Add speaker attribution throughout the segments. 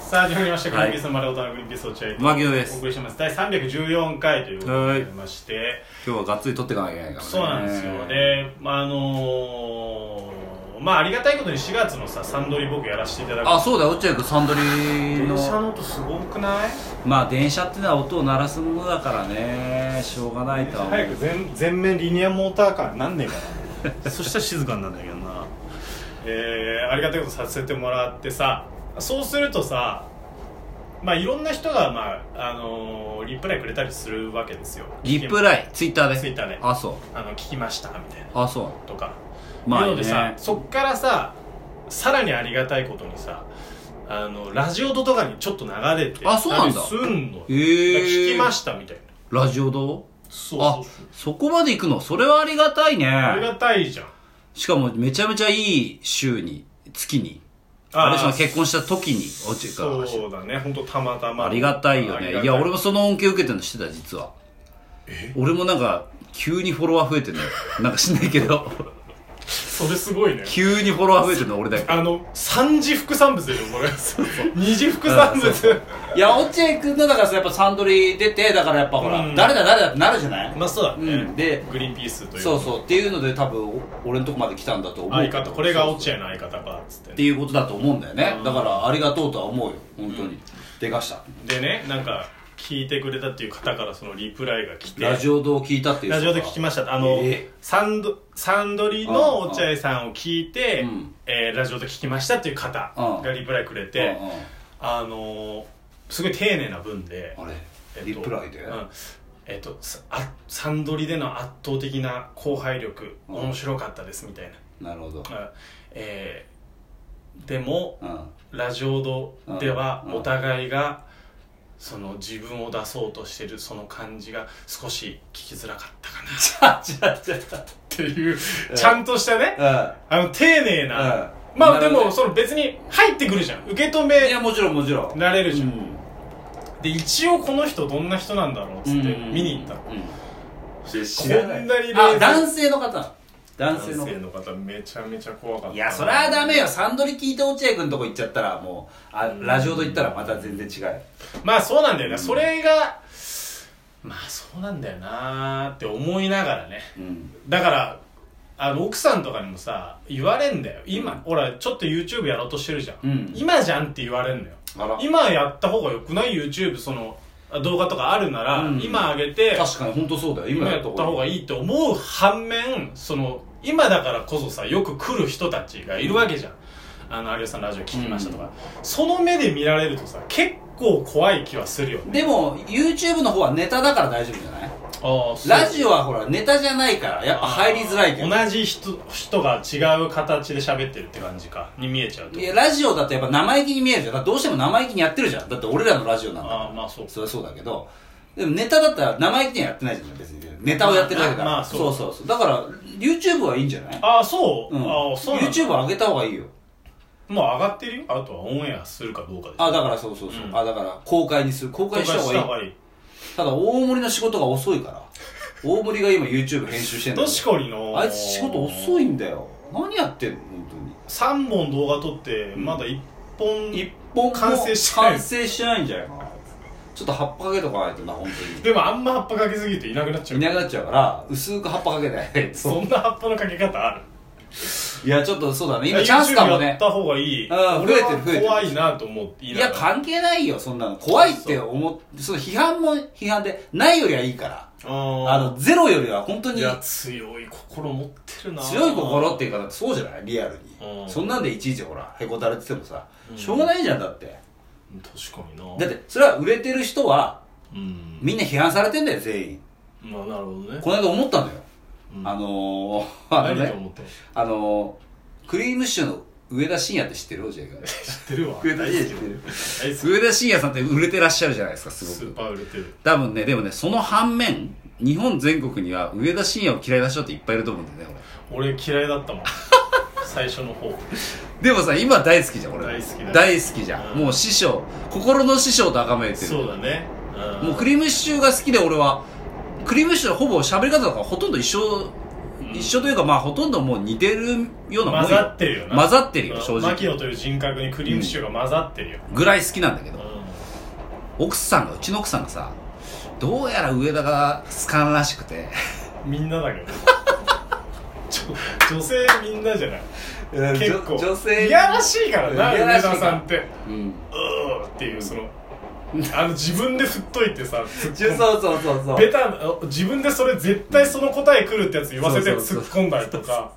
Speaker 1: さあ始まりました「グリーンピースの丸太のグリーンピース落合」
Speaker 2: 牧野で
Speaker 1: お
Speaker 2: す
Speaker 1: 送りしてます第314回ということ
Speaker 2: は
Speaker 1: で
Speaker 2: い
Speaker 1: ございまして
Speaker 2: 今日はがっつり撮っていかなきゃいけないからね
Speaker 1: そうなんですよでまああのーまあありがたいことに4月のさサンドリ僕やらせていただく
Speaker 2: あそうだよ落合君サンドリ
Speaker 1: 電車
Speaker 2: の
Speaker 1: の音すごくない
Speaker 2: まあ電車ってのは音を鳴らすものだからねしょうがないとは思う
Speaker 1: 早く全全面リニアモーターカーになんねえかな そしたら静かになんだけどなえー、ありがたいことさせてもらってさそうするとさまあいろんな人が、まああのーリプライくれたりするわけですよ
Speaker 2: リプライツイッターで
Speaker 1: ツイッターで
Speaker 2: あそう
Speaker 1: あの聞きましたみたいな
Speaker 2: あそ
Speaker 1: とか
Speaker 2: まあ
Speaker 1: なのでさ
Speaker 2: ね
Speaker 1: そっからささらにありがたいことにさあのラジオドとかにちょっと流れて
Speaker 2: あそうなんだ
Speaker 1: たりすんの
Speaker 2: へー
Speaker 1: だから聞きましたみたいな
Speaker 2: うラジオどう
Speaker 1: そう
Speaker 2: あ
Speaker 1: そうそう
Speaker 2: そこまで行くのそれはありがたい
Speaker 1: あり
Speaker 2: ね
Speaker 1: がたいじゃん
Speaker 2: しかもめちゃめちゃいい週に月に
Speaker 1: あー
Speaker 2: あれその結婚した時に落合君が
Speaker 1: そうだね本当たまたま
Speaker 2: ありがたいよ
Speaker 1: あ
Speaker 2: ね
Speaker 1: り
Speaker 2: い
Speaker 1: がた
Speaker 2: や俺もその恩恵受けてるの知ってた実は俺もなんか急にフォロワー増えてんのよなんか知んないけど
Speaker 1: それすごいね
Speaker 2: 急にフォロワー増えてんの俺だけ
Speaker 1: あの三次副産物でしょこれ二次副産
Speaker 2: うんそ
Speaker 1: 物
Speaker 2: いや落合君のだからさやっぱサンドリ出てだからやっぱほら、
Speaker 1: うん
Speaker 2: 誰だ誰だってなるじゃない、
Speaker 1: まあそうだね、
Speaker 2: うんで
Speaker 1: グリーンピースという
Speaker 2: そうそうっていうので多分お俺のとこまで来たんだと思う
Speaker 1: 相方これが落
Speaker 2: 合
Speaker 1: 合の相方かっつって
Speaker 2: っ
Speaker 1: ね
Speaker 2: ていうことだと思うんだよね
Speaker 1: うん
Speaker 2: だからありがとうとは思うよ本当に、でかした
Speaker 1: でねなんか聞いてくれたっていう方からそのリプライが来て
Speaker 2: ラジオ堂聞いたっていう
Speaker 1: ラジオで聞きましたあの、
Speaker 2: ええ
Speaker 1: サンドサンドリの落合さんを聞いて、
Speaker 2: うん
Speaker 1: えーラジオで聞きましたっていう方がリプライくれて、
Speaker 2: うんうん
Speaker 1: あのーすごい丁寧な文で、
Speaker 2: あれ、
Speaker 1: えっと
Speaker 2: リプライで、
Speaker 1: うんえっとさあサンドリでの圧倒的な後輩力、
Speaker 2: うん
Speaker 1: 面白かったですみたい
Speaker 2: なるほど、
Speaker 1: な、うんえーでも
Speaker 2: うん
Speaker 1: ラジオドでは
Speaker 2: うん
Speaker 1: お互いがその自分を出そうとしてるその感じが少し聞きづらかったかなっ
Speaker 2: ちゃちゃちゃちゃ
Speaker 1: ていう
Speaker 2: うん
Speaker 1: ちゃんとしたね
Speaker 2: う
Speaker 1: あの丁寧
Speaker 2: ん
Speaker 1: な
Speaker 2: うん
Speaker 1: まあ
Speaker 2: な
Speaker 1: で
Speaker 2: るほど
Speaker 1: も
Speaker 2: ね
Speaker 1: その別に入ってくるじゃん受け止
Speaker 2: い
Speaker 1: め
Speaker 2: やもちろんもちろん
Speaker 1: られるじゃん
Speaker 2: ん
Speaker 1: で一応この人どんな人なんだろうっつって見に行ったのらないこんなに冷静
Speaker 2: あ男性の方男性の
Speaker 1: 男性の方めちゃめちゃ怖かった
Speaker 2: いやそれはダメよサンドリ聞いて落合君のとこ行っちゃったらもうあラジオと行ったらまた全然違う
Speaker 1: まあそうなんだよね、それがまあそうなんだよなーって思いながらね
Speaker 2: うん
Speaker 1: だからあの奥さんとかにもさ言われんだよ今、
Speaker 2: うん
Speaker 1: ほらちょっと YouTube やろうとしてるじゃん、
Speaker 2: うん
Speaker 1: 今じゃんって言われんだよ
Speaker 2: あら
Speaker 1: 今やった方がよくない YouTube そのあ動画とかあるなら、
Speaker 2: うん
Speaker 1: 今上げて
Speaker 2: 確かに本当そうだよ
Speaker 1: 今
Speaker 2: 今
Speaker 1: や
Speaker 2: や
Speaker 1: っ
Speaker 2: ったた
Speaker 1: 方
Speaker 2: 方
Speaker 1: が
Speaker 2: がいい
Speaker 1: いいと思う反面その今だからこそさよく来る人たちがいるわけじゃんあの有吉さんのラジオ聞きましたとか、その目で見られるとさ結構怖い気はするよね
Speaker 2: でも YouTube の方はネタだから大丈夫じゃない
Speaker 1: ああそう
Speaker 2: ラジオはほらネタじゃないからやっぱ入りづらいけど
Speaker 1: 同じ人人が違う形で喋ってるって感じかに見えちゃうと
Speaker 2: いやラジオだとやっぱ生意気に見えるじゃんだってどうしても生意気にやってるじゃんだって俺らのラジオなんだから
Speaker 1: ああまあそう
Speaker 2: それはそうだけどでもネタだったら生意気にはやってないじゃん別にネタをやってるだけだから、
Speaker 1: まあまあそ
Speaker 2: そううそうそうだから YouTube はいいんじゃない
Speaker 1: ああそう、
Speaker 2: うん、
Speaker 1: ああそうなんだ
Speaker 2: YouTube 上げた方がいいよ
Speaker 1: もう上がってるよあとはオンエアするかどうかで
Speaker 2: あだからそうそうそう、
Speaker 1: うん
Speaker 2: あだから公開にする公開した方がいい
Speaker 1: いい
Speaker 2: ただ大森の仕事が遅いから大森が今 YouTube 編集してんだけ
Speaker 1: 確かに
Speaker 2: ど
Speaker 1: な
Speaker 2: あいつ仕事遅
Speaker 1: い
Speaker 2: いんだよ何やってんの本
Speaker 1: 3本動画撮ってまだ1本
Speaker 2: 当に一本も
Speaker 1: 完成してない
Speaker 2: 完成してないんじゃないかなちょっと葉っぱかけとかないとな本当
Speaker 1: でもあんま葉っぱかけすぎていなくなっちゃ
Speaker 2: に
Speaker 1: う
Speaker 2: いなくなっちゃうから薄く葉っぱかけない と
Speaker 1: そんな葉っぱのかけ方ある
Speaker 2: いやちょっとそうだね今チャンスかも
Speaker 1: YouTube や
Speaker 2: ね
Speaker 1: った方がいい
Speaker 2: うん増えてる増えてる
Speaker 1: 怖いなと思ってい
Speaker 2: いや、関係ないよ、そんなの。怖いって思って、その批判も批判で、ないよりはいいから。あ
Speaker 1: あ
Speaker 2: の、ゼロよりは本当
Speaker 1: のい
Speaker 2: に
Speaker 1: や強い心持ってるな
Speaker 2: 強い心っていうか、そうじゃないリアル
Speaker 1: うん
Speaker 2: に。そんなんでいちいちほら、へこたれててもさ
Speaker 1: う、ん
Speaker 2: しょうがないじゃん、だって。
Speaker 1: 確かにな
Speaker 2: だって、それは売れてる人は、
Speaker 1: うん
Speaker 2: みんな批判されてんだよ、全員。
Speaker 1: まあなるほどね
Speaker 2: この間思ったのよ。
Speaker 1: うん
Speaker 2: あのー、あの
Speaker 1: 何と
Speaker 2: ね、
Speaker 1: 思ったの
Speaker 2: あのー、クリームシチューの上田晋也って知ってる落合君。
Speaker 1: 知ってるわ
Speaker 2: 上田晋也知ってる。
Speaker 1: 大好き
Speaker 2: 上田晋也さんって売れてらっしゃるじゃないですか、すごく。
Speaker 1: スーパー売れてる
Speaker 2: 多分ねでもねその反面日本全国には上田晋也を嫌いな人っていっぱいいると思うんだよね
Speaker 1: 俺嫌いだ ったもん最初の方
Speaker 2: 俺でもさ今大好きじゃん俺
Speaker 1: 大好きだ
Speaker 2: 大好きじゃん、
Speaker 1: うん
Speaker 2: もう師匠心の師匠と崇めてる
Speaker 1: そうだね
Speaker 2: もうク
Speaker 1: リ
Speaker 2: リームシチューが好きで俺はクリームシチューはほぼ喋り方とかほとんど一緒
Speaker 1: うん
Speaker 2: 一緒というかまあほとんどもう似てるようなもん
Speaker 1: 混
Speaker 2: よ
Speaker 1: ざってるよな
Speaker 2: 混ざってるよ正
Speaker 1: 牧
Speaker 2: 直
Speaker 1: 野という人格にクリームシチューが混ざってるよ、
Speaker 2: ぐらい好きなんだけ
Speaker 1: う
Speaker 2: ど
Speaker 1: ん
Speaker 2: 奥さんがうちの奥さんがさどうやら上田が好かんらしくて
Speaker 1: みんなだ けどちょ女性みんなじゃない結構
Speaker 2: 女性
Speaker 1: いやらしいからな
Speaker 2: うんいや
Speaker 1: 上
Speaker 2: らしいか
Speaker 1: 田
Speaker 2: ら
Speaker 1: さんって
Speaker 2: うん
Speaker 1: うーっていうそのあの自分で振っといてさ突っ
Speaker 2: そう
Speaker 1: 込む
Speaker 2: そうそうそう
Speaker 1: ベタな自分でそれ絶対その答え来るってやつ言わせて
Speaker 2: そうそうそ
Speaker 1: 突っ
Speaker 2: う
Speaker 1: 込んだりとか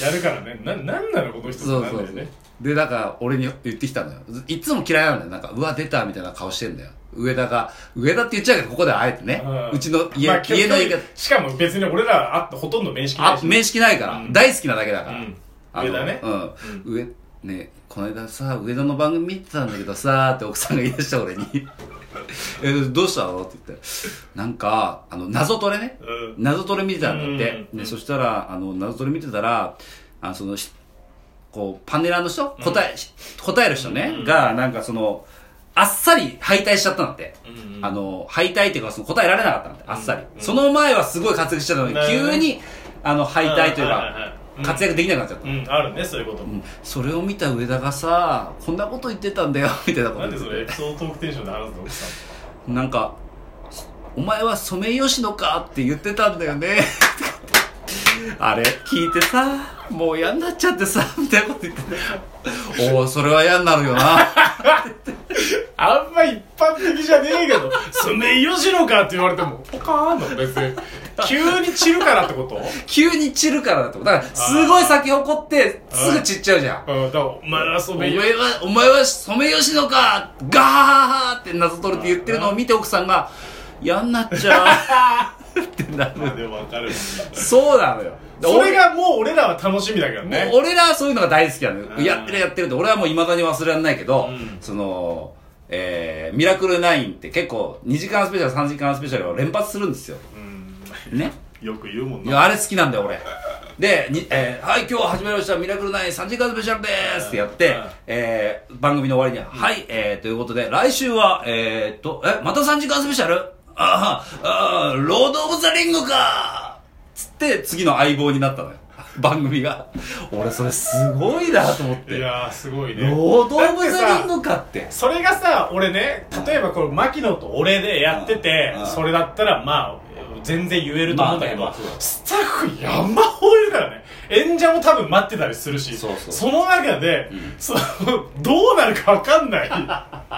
Speaker 1: やるからねななんなのこの人って
Speaker 2: そう
Speaker 1: な
Speaker 2: そ
Speaker 1: ん
Speaker 2: う
Speaker 1: だ
Speaker 2: そ
Speaker 1: よ
Speaker 2: う
Speaker 1: ね
Speaker 2: でなんか俺に言ってきたのよいつも嫌いなのよなんかうわ出たみたいな顔してんだよ上田が上田って言っちゃうけどここではあえてね、うんちの家,、
Speaker 1: まあ
Speaker 2: 家の言
Speaker 1: 結
Speaker 2: い方
Speaker 1: 局しかも別に俺らあってほとんど面識ない
Speaker 2: あ
Speaker 1: しね
Speaker 2: 面識ないから、
Speaker 1: うん
Speaker 2: 大好きなだけだから、
Speaker 1: うん
Speaker 2: あの
Speaker 1: 上田ね
Speaker 2: うん、上ねこの間さ上田の番組見てたんだけどさって奥さんが言い出した俺に 「えどうしたの?」って言ってなんかあの謎トレね
Speaker 1: うん
Speaker 2: 謎トレ見てたんだって、
Speaker 1: うんうんうん
Speaker 2: ねそしたらあの謎トレ見てたらあのそのしこうパネラーの人答え、答える人ね、
Speaker 1: うん
Speaker 2: がなんかそのあっさり敗退しちゃったんだって、
Speaker 1: うんうん
Speaker 2: あの敗退っていうかその答えられなかったんだってあっさり、
Speaker 1: うん
Speaker 2: その前はすごい活躍してたのに、
Speaker 1: なるほど
Speaker 2: 急
Speaker 1: ね
Speaker 2: にあの敗退という
Speaker 1: はいはいはい
Speaker 2: か
Speaker 1: うん
Speaker 2: 活躍できなくなっちゃった、
Speaker 1: うんあるねそういうこと
Speaker 2: うんそれを見た上田がさこんなこと言ってたんだよみたいなこ
Speaker 1: な
Speaker 2: と
Speaker 1: んで
Speaker 2: 言って
Speaker 1: そ
Speaker 2: て
Speaker 1: れエピソードトークテンションで話すの奥さん
Speaker 2: なんか「お前はソメイヨシノか?」って言ってたんだよね あれ聞いてさもう嫌になっちゃってさみたいなこと言ってておおそれは嫌になる よな
Speaker 1: あんま一般的じゃねえけど「ソメイヨシノか」って言われてもポカーンの別に急に散るからってこと
Speaker 2: 急に散るからだと思うだからすごい先誇ってすぐ散っちゃうじゃん
Speaker 1: うんだからお前はソ
Speaker 2: お
Speaker 1: メ
Speaker 2: 前
Speaker 1: イヨシ
Speaker 2: は、お前はソメイヨシノかガーハハって謎取るって言ってるのを見て奥さんが、嫌になっちゃ うってなる。
Speaker 1: ノでもわかる
Speaker 2: そうなのよ。
Speaker 1: それがもう俺らは楽しみだけど
Speaker 2: 俺
Speaker 1: ね
Speaker 2: もう俺らはそういうのが大好きなの
Speaker 1: う
Speaker 2: よ。
Speaker 1: ん
Speaker 2: やってるやってるって、俺はもう未だに忘れられないけど、
Speaker 1: うん
Speaker 2: その、えー、ミラクル9って結構2時間スペシャル、3時間スペシャルを連発するんですよ。
Speaker 1: うん
Speaker 2: ね。
Speaker 1: よく言うもん
Speaker 2: い
Speaker 1: な
Speaker 2: や、あれ好きなんだよ、俺。で、にえーはい、今日始まりました、ミラクル9、3時間スペシャルでーすってやって
Speaker 1: うん、
Speaker 2: えー番組の終わりには、はい、えー、ということで、来週は、えー、と、え、また3時間スペシャルあーあー、ロード・オブ・ザ・リングかーつって、次の相棒になったのよ。 番組が。俺、それすごいなと思っ
Speaker 1: い
Speaker 2: て。ロ
Speaker 1: やーすごいね
Speaker 2: ード・オブ・
Speaker 1: だっ
Speaker 2: ザ・
Speaker 1: て
Speaker 2: リン
Speaker 1: さ
Speaker 2: グかって。
Speaker 1: それがさ俺ね例えばこれ牧野と俺でやってて
Speaker 2: うんうん
Speaker 1: それだったらまあ全然言えると思うんだけど、
Speaker 2: まあねまあそうだ
Speaker 1: スタッフ山ほどいるからね演者も多分待ってたりするし
Speaker 2: そうそう
Speaker 1: の中で、そのどうなるか分かんない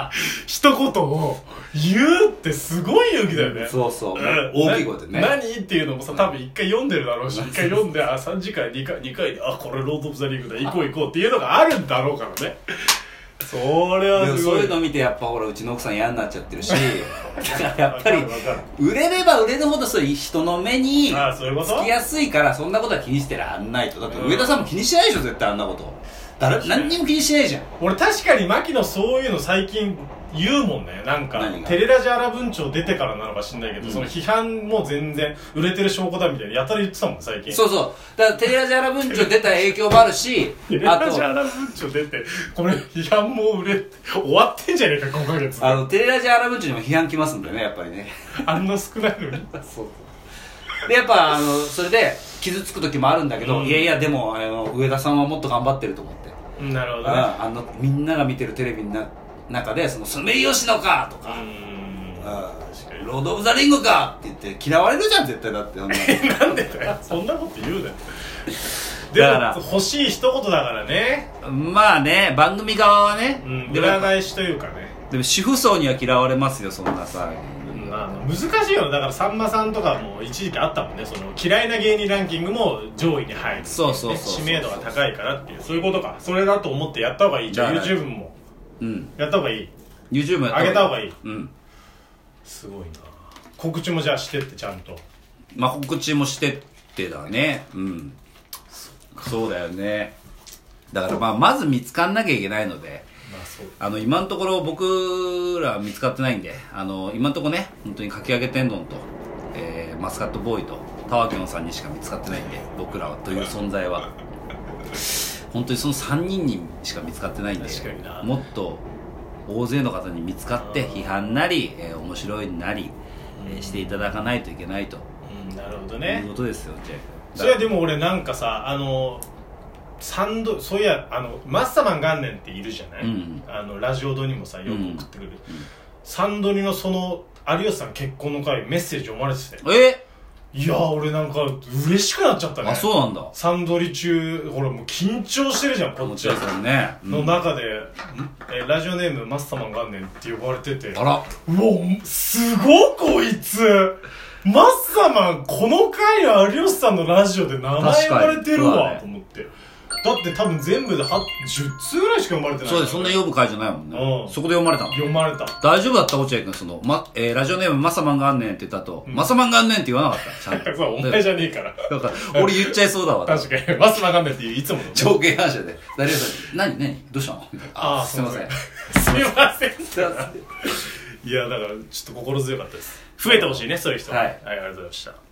Speaker 1: 一言を言うってすごい勇気だよね
Speaker 2: そうそう。
Speaker 1: うん
Speaker 2: 大きい声でね。
Speaker 1: な何っていうのもさ多分一回読んでるだろうし一回読んであ3時間2回二回であこれロード・オブ・ザ・リングだ行こう行こうっていうのがあるんだろうからねそれは
Speaker 2: でも
Speaker 1: す
Speaker 2: そ
Speaker 1: ご
Speaker 2: う
Speaker 1: い
Speaker 2: いうの見てやっぱほらうちの奥さん嫌になっち ゃってるしだからやっぱり
Speaker 1: わかるわか
Speaker 2: 売れれば売れるほどそういう人の目に
Speaker 1: るああそういうこと
Speaker 2: つきやすいからそんなことは気にしてらんないとだって
Speaker 1: うん
Speaker 2: 上田さんも気にしてないでしょ絶対あんなこと誰何にも気にしてないじゃん
Speaker 1: 俺確かに牧野そういうの最近言うもんねなんか
Speaker 2: 何が
Speaker 1: テレラジアラ文鳥出てからなのか知んないけど、その批判も全然売れてる証拠だみたいなやたら言ってたもん最近
Speaker 2: そうそうだからテレラジャラ文鳥出た影響もあ るし
Speaker 1: テレ
Speaker 2: あ
Speaker 1: ラジア
Speaker 2: と
Speaker 1: ラ文鳥出てこれ批判も売れ終わってんじゃねえか5ヶ月
Speaker 2: あのテレラジャラ文鳥にも批判きますんでねやっぱりね
Speaker 1: あんな少ないのに
Speaker 2: でやっぱあのそれで傷つく時もあるんだけど、
Speaker 1: うん
Speaker 2: いやいやでもあの上田さんはもっと頑張ってると思って
Speaker 1: うんなるほどね
Speaker 2: あのみんなが見てるテレビのな中で「そのソメイヨシノか!」と
Speaker 1: う
Speaker 2: か「
Speaker 1: ん確か
Speaker 2: うんロード・オブ・ザ・リングか!」って言って嫌われるじゃん絶対だってそんな
Speaker 1: になんでだよそんなこと言うなよで
Speaker 2: だから
Speaker 1: も欲しい一言だからね、
Speaker 2: まあね番組側はね、
Speaker 1: うん、
Speaker 2: でも
Speaker 1: 裏返しというかね
Speaker 2: でも主婦層には嫌われますよそんなさ、
Speaker 1: うんあの難しいよだからさんまさんとかも一時期あったもんねその嫌いな芸人ランキングも上位に入るっていね
Speaker 2: そうそうそうそ
Speaker 1: 知
Speaker 2: う
Speaker 1: 名度が高いからっていうそういうことかそれだと思ってやった方がいいじゃあ
Speaker 2: だから
Speaker 1: YouTube も
Speaker 2: うん
Speaker 1: やった方がいい
Speaker 2: YouTube もやっ
Speaker 1: 上げた方がいい
Speaker 2: うん
Speaker 1: すごいな告知もじゃあしてってちゃんと
Speaker 2: まあ告知もしてってだねうんそうだよねだからまあまず見つかんなきゃいけないので
Speaker 1: まあそう
Speaker 2: あの今のところ僕らは見つかってないんであの今のところね本当にかき揚げ天丼と、えーマスカットボーイとタワキョンさんにしか見つかってないんで僕らはという存在は本当にその3人にしか見つかってないんで
Speaker 1: 確かにな
Speaker 2: もっと大勢の方に見つかって批判なり、えー面白いなり、えーしていただかないといけないと
Speaker 1: うんなるほど
Speaker 2: いう
Speaker 1: ね
Speaker 2: ことですよ、ジェ
Speaker 1: それはでも俺なんかさあのサンドそういやあのマッサマン元年っているじゃない、
Speaker 2: うん
Speaker 1: あのラジオドにもさよく送ってくる、
Speaker 2: ん
Speaker 1: サンドにのその有吉さん結婚の回メッセージ読まれてて
Speaker 2: え
Speaker 1: いやー俺なんか嬉しくなっちゃったね
Speaker 2: あそうなんだ
Speaker 1: サンドリ中ほらもう緊張してるじゃんこっ
Speaker 2: 落
Speaker 1: ちは
Speaker 2: 合さんね、うん
Speaker 1: の中で、えーラジオネームマッサマン元年って呼ばれてて
Speaker 2: あら
Speaker 1: うわすごいこいつマッサマンこの回有吉さんのラジオで名前呼
Speaker 2: 確かに
Speaker 1: ばれてる
Speaker 2: そうだ
Speaker 1: わ、
Speaker 2: ね
Speaker 1: と思ってだって多分全部では10通ぐらいしか読まれてない
Speaker 2: そうですそんな
Speaker 1: 読
Speaker 2: 呼ぶ会じゃないもんね
Speaker 1: うん
Speaker 2: そこで読まれたの
Speaker 1: まれた
Speaker 2: 大丈夫だった落合君その、まえーラジオネームマサマンがあんねんって言った後、マサマンがあんねんって言わなかったちゃん
Speaker 1: そう
Speaker 2: と
Speaker 1: お前じゃねえから
Speaker 2: だから俺言っちゃいそうだ わ
Speaker 1: 確かにマッサマン元年っていういつもの
Speaker 2: 条件反射で大丈夫です何何どうしたのみたいな
Speaker 1: あー
Speaker 2: すいません
Speaker 1: すいません
Speaker 2: すいません
Speaker 1: いやだからちょっと心強かったです増えてほしいねそういう人
Speaker 2: はい
Speaker 1: ありがとうございました